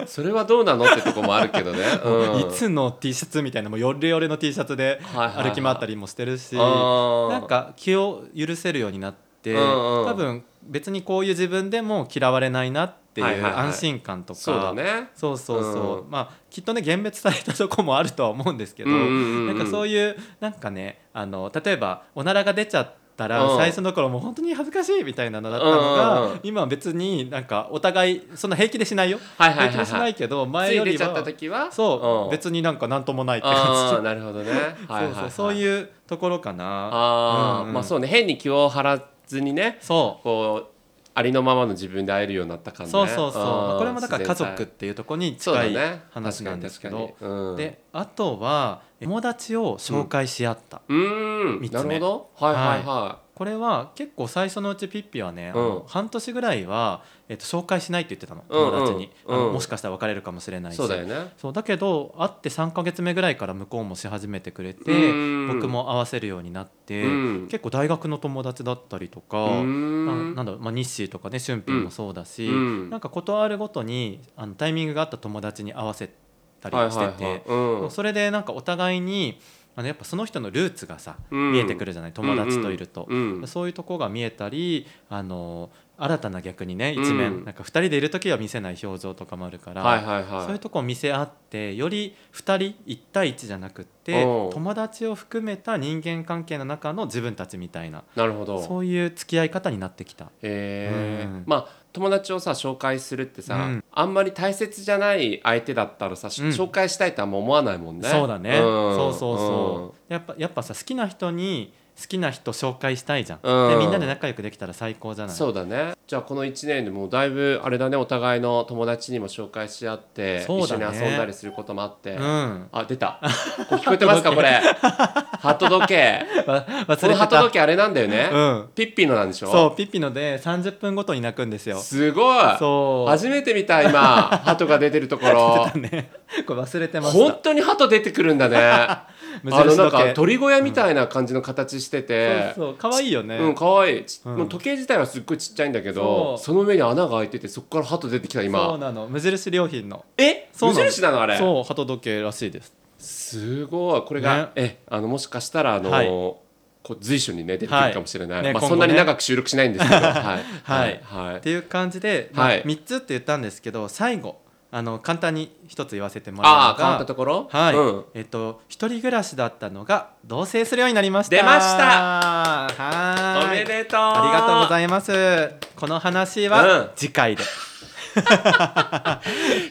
S1: うんそれはどうなのってとこもあるけ どね、うん、
S2: いつの T シャツみたいなもうヨレヨレの T シャツで
S1: はいはいはい
S2: 歩き回ったりもしてるし、
S1: あー
S2: なんか気を許せるようになって、
S1: うんうん
S2: 多分別にこういう自分でも嫌われないなって
S1: はい
S2: い
S1: は
S2: う
S1: いはい
S2: 安心感とか、
S1: そうだね
S2: そうそうそう、
S1: うん
S2: まあきっとね幻滅されたとこもあるとは思うんですけど、
S1: うんうんうんうん
S2: なんかそういうなんかねあの例えばおならが出ちゃったら
S1: うん
S2: 最初の頃もう本当に恥ずかしいみたいなのだったのが、
S1: うんうんうん
S2: 今は別になんかお互いそんな平気でしないよ、
S1: はいはいはいはい
S2: 平気でしないけど前
S1: つい
S2: より
S1: 出
S2: は
S1: ちゃった時は
S2: そう、
S1: ん
S2: 別になんか何ともないって
S1: あ
S2: 感
S1: あ
S2: じ。
S1: なるほどね、はいはい
S2: そう
S1: は
S2: そう
S1: い、
S2: そ
S1: う
S2: ういうところかな。
S1: ああ、
S2: うんうん
S1: まあそうね変に気を張らずにね
S2: そ
S1: こうありのままの自分で会えるようになった感
S2: う、
S1: じ、ね、
S2: そうそうそう。
S1: あ
S2: ま
S1: ー
S2: あこれもだから家
S1: 自然
S2: 族っ
S1: 体
S2: ていうところに
S1: そうだ
S2: 近い
S1: ね
S2: 話なんですけど
S1: 確。かに確かにうん、
S2: で、あとは友達を紹介し合った。
S1: うーん
S2: 三つ
S1: なる
S2: 目
S1: ほどはいはいは
S2: これは結構最初のうちピッピはね、あ
S1: うん
S2: の半年ぐらいはえっと紹介しないって言ってたの。
S1: うんうん
S2: 友達に、あ
S1: う
S2: の
S1: ん
S2: もしかしたら別れるかもしれない
S1: い
S2: し。
S1: そうだよね
S2: そうだけど会って3ヶ月目ぐらいから向こうもし始めてくれて
S1: うん
S2: 僕も会わせるようになって
S1: うん
S2: 結構大学の友達だったりとか
S1: うー
S2: なんなんだろう、まあ、日誌とかね俊平もそうだし、
S1: うん
S2: なんかことあるごとにあのタイミングがあった友達に合わせたりもし
S1: は
S2: てて、
S1: いはいはいうん
S2: それでなんかお互いにあのやっぱその人のルーツがさ、
S1: うん
S2: 見えてくるじゃない友達といると、
S1: うんうん
S2: そういうとこが見えたりあの新たな逆にね一
S1: う
S2: 面、
S1: ん
S2: なんか2人でいる時は見せない表情とかもあるから、
S1: はいはいはい
S2: そういうとこを見せ合ってより2人1対1じゃなくって
S1: おう
S2: 友達を含めた人間関係の中の自分たちみたいな
S1: なるほど
S2: そういう付き合い方になってきた。
S1: えー
S2: うん
S1: まあ友達をさ紹介するってさ、
S2: うん
S1: あんまり大切じゃない相手だったらさ、し
S2: うん
S1: 紹介したいとはもう思わないもんね
S2: そうだ
S1: ん
S2: ね、そうそうそう、やっぱやっぱさ好きな人に好きな人紹介したいじゃん、
S1: うん
S2: でみんなで仲良くできたら最高じゃ
S1: うん
S2: ない
S1: そうだねじゃあこの1年でもうだいぶあれだねお互いの友達にも紹介し合って、
S2: そ
S1: 一
S2: う
S1: 緒
S2: だ
S1: に
S2: ね
S1: 遊んだりすることもあって、
S2: うんわ
S1: あ出たこれ聞こえてますかこ れハト時計こ
S2: 忘
S1: の
S2: れて
S1: ハト時
S2: た
S1: 計あれなんだよね、
S2: うん
S1: ピッピのなんでしょ
S2: そうピッピので30分ごとに泣くんですよ
S1: すごい
S2: そう
S1: 初めて見た今ハトが出てるとこ ろ
S2: ねこれ忘れてまし
S1: 本
S2: た
S1: 当にハト出てくるんだね
S2: 無
S1: あの
S2: 印
S1: なん
S2: 時
S1: か
S2: 計そう
S1: 鳥小屋みたいな感じの形してて、
S2: そう可愛いよね、
S1: うん可愛いち
S2: うん
S1: もう時計自体はすっごいちっちゃいんだけどそ
S2: そう
S1: の上に穴が開いててそこからハト出てきた
S2: そう
S1: 今
S2: なの無印良品の
S1: え
S2: そう
S1: 無
S2: なの
S1: 印なのあれ
S2: そう鳩時計らしいです
S1: すごいこれが、
S2: ね
S1: えあのもしかしたらあの、
S2: はい
S1: こう随所にね出てくるかもしれない、
S2: はいね
S1: まあ、
S2: 今
S1: そ
S2: 後
S1: ん
S2: ね
S1: なに長く収録しないんです けどはい
S2: はい
S1: はい、
S2: っていう感じで、まあ
S1: はい
S2: 3つって言ったんですけど最後あの簡単に1つ言わせてもらうの
S1: あ
S2: が
S1: あ変わったところ
S2: はい、
S1: うん
S2: えっと一人暮らしだったのが同棲するようになりました
S1: 出ました
S2: はーい
S1: おめでとう
S2: ありがとうございますこの話は
S1: うん
S2: 次回で、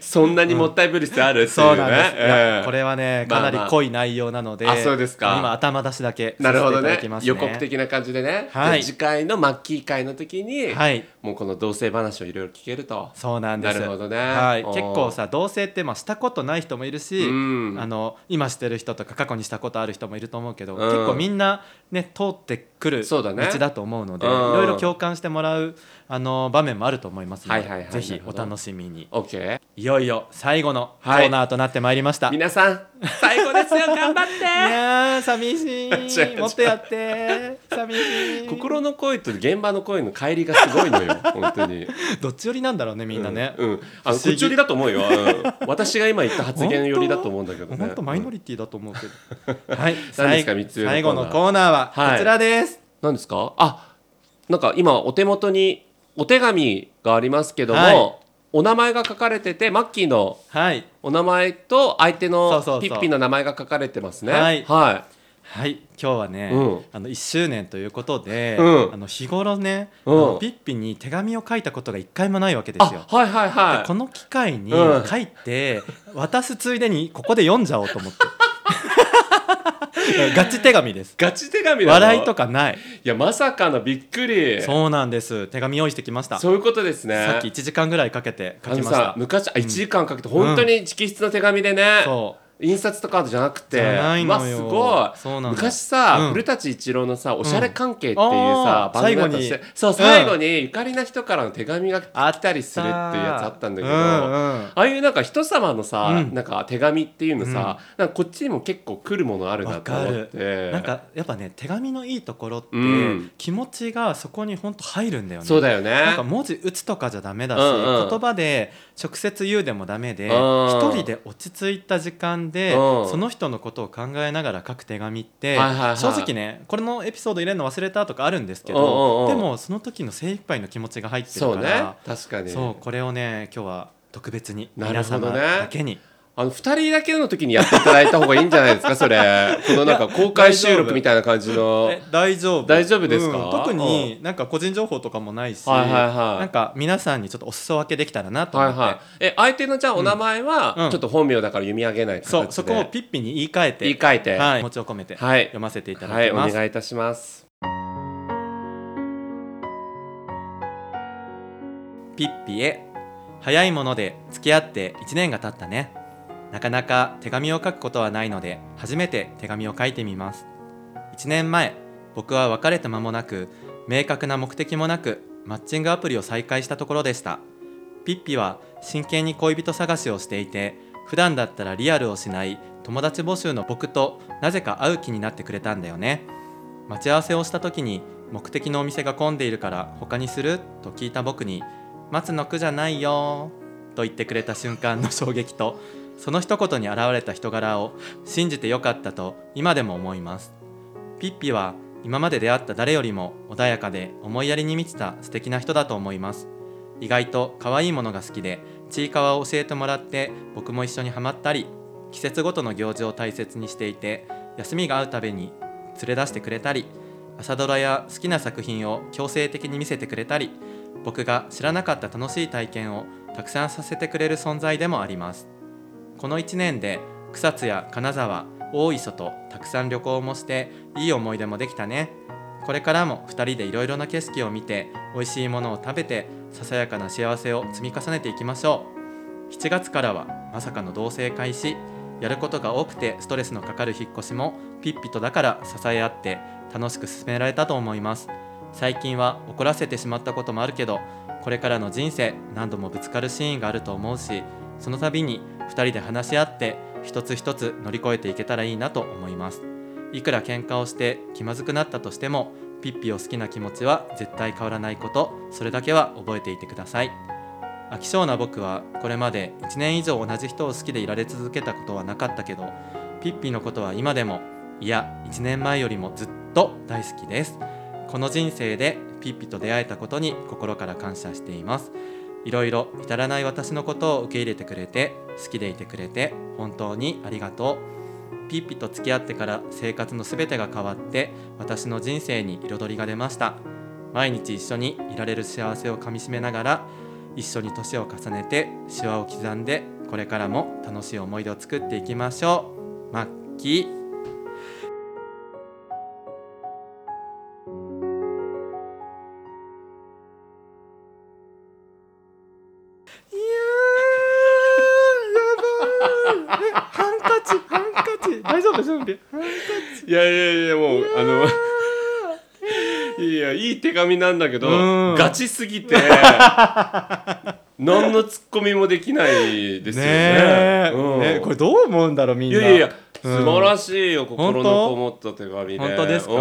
S1: そんなにもったいぶる必要あるっていうね。
S2: そうなんです、いや
S1: うん
S2: これはね
S1: まあ
S2: か
S1: まあ
S2: なり濃い内容なので、
S1: あそうですか
S2: 今頭出しだけ
S1: な
S2: さ
S1: る
S2: せ
S1: ほ
S2: てい
S1: ど
S2: ただ
S1: ね
S2: きますね
S1: 予告的な感じでね、
S2: はい
S1: で次回のマッキー会の時に、
S2: はい
S1: もうこの同性話をいろいろ聞けると
S2: そうなんです
S1: なるほどね
S2: はい、
S1: おー
S2: 結構さ同棲ってまあしたことない人もいるし、
S1: うん
S2: あの今してる人とか過去にしたことある人もいると思うけど、
S1: うん
S2: 結構みんな、ね、通ってくる
S1: そうだね
S2: 道だと思うので
S1: うん
S2: いろいろ共感してもらうあの場面もあると思いますので、
S1: はいはいはいな
S2: ぜひ
S1: るほ
S2: お
S1: ど
S2: 楽しみに
S1: OK
S2: いよいよ最後のコ
S1: はい
S2: ーナーとなってまいりました、い、
S1: 皆さん最後ですよ頑張 っ
S2: やー寂し
S1: 違う違
S2: いうもっとやって寂しい
S1: て心の声と現場の声の帰りがすごいの よ本当に
S2: どっち寄りなんだろうねみんなね、
S1: うん、うんあの
S2: 不思議
S1: こっち寄りだと思うよ、うん私が今言った発言寄りだと思うんだけどね
S2: 本当マイノリティだと思うけど。はい。
S1: 何です
S2: 最
S1: か
S2: 後
S1: 三つ目のコーナー
S2: 最後のコーナーは
S1: はい
S2: こちらです。
S1: 何ですかあなんか今お手元にお手紙がありますけども、
S2: はい
S1: お名前が書かれててマッキーの
S2: はい。
S1: お名前と相手
S2: そ
S1: の
S2: うそうそう
S1: ピッピの名前が書かれてますね。
S2: はい
S1: は
S2: はい。今日はね、
S1: うん
S2: あの1周年ということで、
S1: うん
S2: あの日頃ね、
S1: うん
S2: あのピッピに手紙を書いたことが一回もないわけで
S1: あ、
S2: すよ。
S1: はいはいは
S2: で
S1: い。
S2: この機会に
S1: うん
S2: 書いて、渡すついでにここで読んじゃおうと思って。 ガチ手紙です。
S1: ガチ手紙だ
S2: 笑いと
S1: か。
S2: かない。
S1: いやまさかのびっくり。そう
S2: そうなんです。手紙用意してきました。さ
S1: いうことですね。
S2: っき1時間ぐらいかけて書
S1: あ
S2: き
S1: の
S2: まし
S1: さ
S2: た。
S1: 昔あ1時間かけて本当に直筆の手紙でね、
S2: そう。
S1: 印刷とかじゃなくて
S2: じゃないのよ
S1: うわすごい
S2: そうなんだ
S1: 昔さ、
S2: うん
S1: 古舘一郎のさ「おしゃれ関係」っていう
S2: あ
S1: さ、
S2: ー
S1: 番組だったりし
S2: 最
S1: て
S2: 後に
S1: そう
S2: うん
S1: 最後にゆかりな人からの手紙が来たりするっていうやつあったんだけど、
S2: うんうん
S1: ああいうなんか人様のさ、
S2: うん
S1: なんか手紙っていうのさ、なんかこっちにも結構来るものあるな
S2: わ
S1: と
S2: か
S1: 思っ
S2: る
S1: て
S2: なんかやっぱね手紙のいいところって、
S1: うん
S2: 気持ちがそこに本当入るんだよね
S1: そうだよね
S2: なんか文字打つとかじゃダメだし、
S1: うんうん
S2: 言葉で直接言うでもダメで
S1: うん
S2: 一人で落ち着いた時間で
S1: うん
S2: その人のことを考えながら書く手紙って、
S1: はいはいはい
S2: 正直ねこれのエピソード入れるの忘れたとかあるんですけど、
S1: うんうんうん
S2: でもその時の精一杯の気持ちが入ってる
S1: そ
S2: か
S1: うね
S2: ら
S1: 確かに
S2: そうこれをね今日は特別に
S1: なる
S2: 皆
S1: ほど
S2: 様
S1: ね
S2: だけに。
S1: あの2人だけの時にやっていただいた方がいいんじゃないですか それこのなんか公開収録みたいな感じの
S2: え大丈夫
S1: 大丈夫ですか
S2: うん特になんか個人情報とかもないし、
S1: はいはいはい
S2: なんか皆さんにちょっとお裾分けできたらなと思
S1: はい
S2: って、
S1: はいえ相手のじゃあお名前
S2: うんう
S1: は
S2: ん
S1: ちょっと本名だから読み上げない形で、
S2: そうそこをピッピに言い換えて
S1: 言い換えて
S2: はい、気持ちを込めて
S1: はい
S2: 読ませていただ
S1: はい
S2: き
S1: お
S2: ます、
S1: 願いいたします
S2: ピッピへ早いもので付き合って1年が経ったねなかなか手紙を書くことはないので初めて手紙を書いてみます1年前僕は別れた間もなく明確な目的もなくマッチングアプリを再開したところでしたピッピは真剣に恋人探しをしていて普段だったらリアルをしない友達募集の僕となぜか会う気になってくれたんだよね待ち合わせをした時に目的のお店が混んでいるから他にすると聞いた僕に「松の苦じゃないよ」と言ってくれた瞬間の衝撃とその一言に現れた人柄を信じてよかったと今でも思いますピッピは今まで出会った誰よりも穏やかで思いやりに満ちた素敵な人だと思います意外と可愛いものが好きでちいかわを教えてもらって僕も一緒にハマったり季節ごとの行事を大切にしていて休みが合うたびに連れ出してくれたり朝ドラや好きな作品を強制的に見せてくれたり僕が知らなかった楽しい体験をたくさんさせてくれる存在でもありますこの1年で草津や金沢大磯とたくさん旅行もしていい思い出もできたねこれからも2人でいろいろな景色を見て美味しいものを食べてささやかな幸せを積み重ねていきましょう7月からはまさかの同棲開始やることが多くてストレスのかかる引っ越しもピッピとだから支え合って楽しく進められたと思います最近は怒らせてしまったこともあるけどこれからの人生何度もぶつかるシーンがあると思うしその度に2人で話し合って一つ一つ乗り越えていけたらいいなと思いますいくら喧嘩をして気まずくなったとしてもピッピを好きな気持ちは絶対変わらないことそれだけは覚えていてください飽き性な僕はこれまで1年以上同じ人を好きでいられ続けたことはなかったけどピッピのことは今でもいや1年前よりもずっと大好きですこの人生でピッピと出会えたことに心から感謝していますいろいろ至らない私のことを受け入れてくれて好きでいてくれて本当にありがとうピッピと付き合ってから生活のすべてが変わって私の人生に彩りが出ました毎日一緒にいられる幸せをかみしめながら一緒に年を重ねてシワを刻んでこれからも楽しい思い出を作っていきましょうマッキーやばいハンカチハンカチ大丈夫準備ハンカ
S1: い
S2: チ
S1: やいやいやもうあの いやいい手紙なんだけど
S2: うん
S1: ガチす ぎて何のツッコミもできないですよね
S2: ねえ、
S1: うん
S2: ねこれどう思うんだろうみん
S1: い
S2: な
S1: やいやいや
S2: う
S1: 素
S2: ん
S1: 晴らしいよ、心の
S2: 本当
S1: こもった手紙で
S2: 本当ですか
S1: う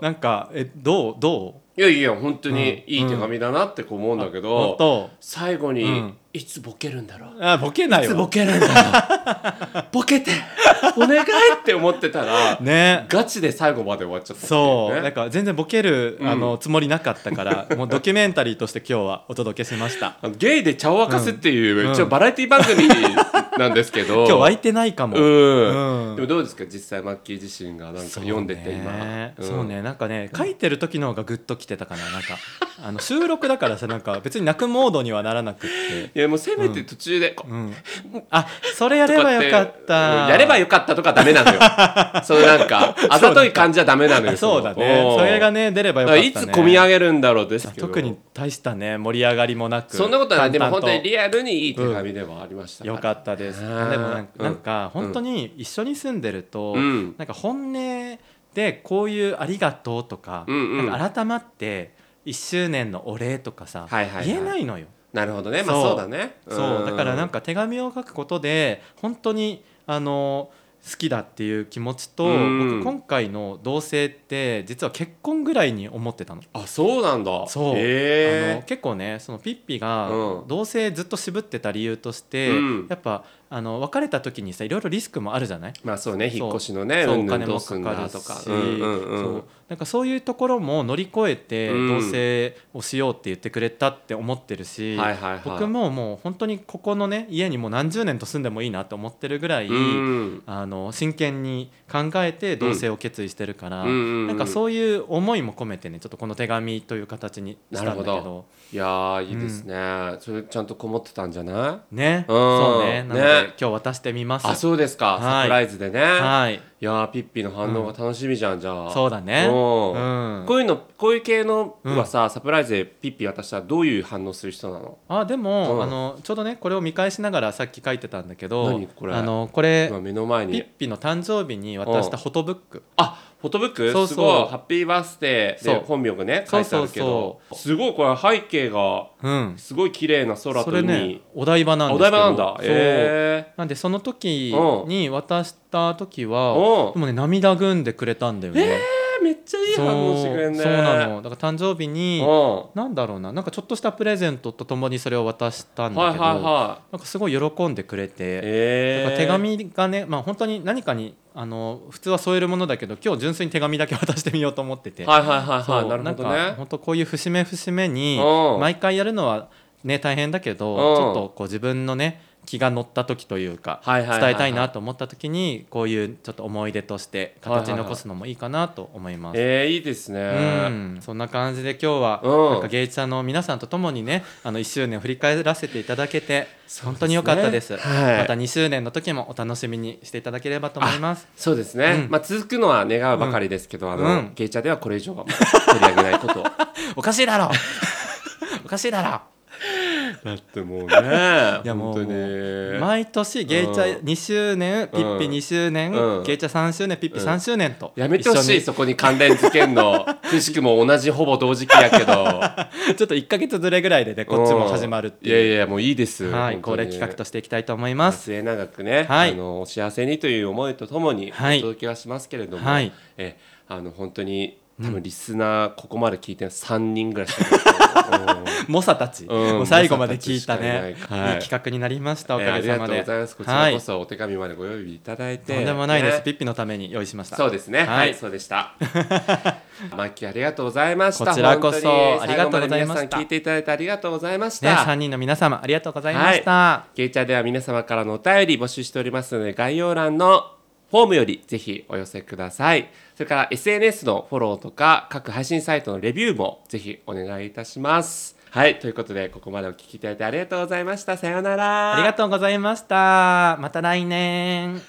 S1: ん
S2: なんかえどうど
S1: いやいや本当に
S2: うん
S1: いい手紙だなってこう思うんだけ
S2: う
S1: ど、
S2: 本当
S1: 最後に、
S2: うん
S1: いつボケるんだろう
S2: あボケない
S1: いつボ
S2: よ
S1: ケるんだろう ボケてお願いって思ってたら
S2: ね
S1: ガチで最後まで終わっちゃったってい
S2: そう、
S1: ね
S2: なんか全然ボケる、
S1: うん
S2: あのつもりなかったからもうドキュメンタリーとして今日はお届けしま した
S1: あのゲイで茶を沸かすっていう、
S2: うん
S1: 一応バラエティ番組なんですけど
S2: 今日湧いてないかも、
S1: うん、
S2: うん
S1: でもどうですか実際マッキー自身がなんか読んでて今ん
S2: そうねなんかね書いてる時の方がグッときてたかななんかあの収録だからさなんか別に泣くモードにはならなくっ
S1: い
S2: て
S1: やもうせめて途中で、こ
S2: うんあそれやればよかった
S1: うんやればよかったとかダメな のよそのなんかあざとい感じはダメなのよ
S2: そうだね
S1: おー
S2: それがね出ればよ
S1: だ
S2: か
S1: か
S2: っ
S1: ら
S2: た
S1: い
S2: ね
S1: つ込み上げるんだろうですけど
S2: 特に大したね盛り上がりもなく
S1: そんなことはないでも
S2: 淡々
S1: 本当にリアルにいい手紙ではありました
S2: よかったですで
S1: あ
S2: も
S1: ー
S2: なんか
S1: うん
S2: なんか本当に一緒に住んでると、
S1: うん
S2: なんか本音でこういう「ありがとう」とか,、
S1: うんうん
S2: なんか改まって1周年のお礼とかさ、
S1: はいはいはい
S2: 言えないのよ、
S1: なるほどねまあ
S2: そう
S1: そうだね
S2: そうだからなん
S1: か
S2: か手紙を書くことで本当にあの好きだっていう気持ちと、
S1: うん
S2: 僕今回の同棲って実は結婚ぐらいに思ってたの。
S1: あそうなんだ
S2: そう、
S1: へ
S2: あの
S1: え
S2: 結構ねそのピッピが
S1: うん
S2: 同棲ずっと渋ってた理由として、
S1: うん
S2: やっぱあの別れた時にさいろいろリスクもあるじゃない
S1: まあそうね
S2: そう
S1: 引っ越しのね
S2: そう
S1: う
S2: お
S1: んぬん
S2: 金
S1: ど
S2: も
S1: うす
S2: か
S1: ん
S2: か
S1: だ
S2: る
S1: と
S2: し
S1: か
S2: そう
S1: うんうんうん
S2: なんかそういうところも乗り越えて同
S1: うん
S2: 棲をしようって言ってくれたって思ってるし、
S1: はいはいはい
S2: 僕ももう本当にここのね家にもう何十年と住んでもいいなと思ってるぐらい、
S1: うん
S2: あの真剣に考えて同棲を決意してるから、
S1: うんうんうんうん
S2: なんかそういう思いも込めてねちょっとこの手紙という形にしたんだけ
S1: な
S2: ど
S1: るほどいやーいいですねそれちゃんとこもってたんじゃない
S2: ね、
S1: うん
S2: そうねなので、
S1: ね
S2: 今日渡してみます
S1: あそうですか
S2: はい
S1: サプライズでね
S2: はい
S1: いやーピッピの反応が楽しみじゃんじゃあ
S2: そうだね
S1: うん
S2: うん
S1: こういうのこういう系のはさサプライズでピッピ渡したらどういう反応する人なの
S2: あでも、
S1: うん
S2: あのちょうどねこれを見返しながらさっき書いてたんだけど
S1: 何これ
S2: あのこれ
S1: 今目の前
S2: ピッ
S1: に
S2: ピの誕生日に渡したフォトブック、
S1: あフォトブック
S2: そうそう
S1: すごいハッピーバースデー
S2: そう
S1: で本名がね書いてあるけど
S2: そうそうそう
S1: すごいこれ背景が
S2: うん、
S1: すごい綺麗な空
S2: そ
S1: と
S2: れ
S1: 海、
S2: ねお台場なん
S1: あ
S2: で
S1: お
S2: す
S1: 台
S2: けど
S1: 場なんだ
S2: そう
S1: え
S2: なんでその時
S1: うん
S2: に渡した時
S1: ー、
S2: は、
S1: お
S2: でもね涙ぐんでくれたんだよね、
S1: めっちゃいい
S2: そう
S1: 反応してくれんね
S2: そうなのだから誕生日に
S1: の
S2: なんだろうななんかちょっとしたプレゼントとともにそれを渡したん
S1: は
S2: だ
S1: い
S2: けど、
S1: はいはい
S2: なんかすごい喜んでくれて、
S1: え
S2: なん
S1: ー、
S2: か手紙がね、まあ、本当に何かにあの普通は添えるものだけど今日純粋に手紙だけ渡してみようと思ってて、
S1: はいはいはい
S2: そ
S1: は
S2: う
S1: いなるほど
S2: んか
S1: ね
S2: 本当こういう節目節目に
S1: うん
S2: 毎回やるのは、ね、大変だけど
S1: うん
S2: ちょっとこう自分のね気が乗った時というか
S1: はいはいは
S2: 伝え
S1: いはい
S2: たいなと思った時にこういうちょっと思い出として形に残すのもいいかなと思います。
S1: えー、いいですね、
S2: うん、そんな感じで今日は、
S1: うん
S2: なんか芸者の皆さんとともにねあの1周年を振り返らせていただけて、本当に良かったです、
S1: はい
S2: また2周年の時もお楽しみにしていただければと思います
S1: そうですね、
S2: うん
S1: まあ続くのは願うばかりですけど、あの、
S2: うん
S1: ゲイチャではこれ以上はもう取り上げないこと を
S2: おかしいだろ おかしいだろ
S1: だってもうね
S2: いやもう
S1: 本当に
S2: 毎年芸者
S1: う
S2: 2周年、ピッピ2周年、
S1: うん
S2: 芸者3周年ピッピ3周年と、
S1: やめてほしい
S2: 一緒
S1: そこに関連付けん のくしくも同じほぼ同時期やけど
S2: にちょっと1か月ずれぐらいでね こっちも始まるって
S1: いや
S2: いう
S1: いやもういいです
S2: はい、
S1: 本当
S2: 恒例
S1: に
S2: 企画としていきたいと思います
S1: 末永くね、
S2: はい
S1: あのお幸せにという思いとともにお
S2: はい
S1: 届けはしますけれども、
S2: はい
S1: えあの本当に多分リスナーここまで聞いてるの3人ぐらいし かいない、うん
S2: 猛者たち、
S1: ん
S2: もう最後まで聞いたね
S1: 猛者たち
S2: い
S1: しかいないはい
S2: い企画になりましたお
S1: えー
S2: か
S1: あり
S2: げさ
S1: がとう
S2: まで、
S1: ございますこち
S2: は
S1: ら
S2: い
S1: こそお手紙までご用意いただいて
S2: とんでもないです、
S1: ね
S2: ピッピのために用意しました
S1: そうですね。
S2: は
S1: はいい、そうでした。 マッキーありがとうございました。
S2: こちらこそ
S1: 本当に
S2: ありがとうござ
S1: 最
S2: いました
S1: 後で皆さん聞いていただいてありがとうございまし
S2: ね
S1: た。
S2: 3人の皆様ありがとうございました、
S1: ゲイチャーでは皆様からのお便り募集しておりますので、概要欄のフォームよりぜひお寄せください。それから SNS のフォローとか、各配信サイトのレビューもぜひお願いいたします。はいということでここまでお聞きいただいてありがとうございましたさようなら
S2: ありがとうございました。また来年。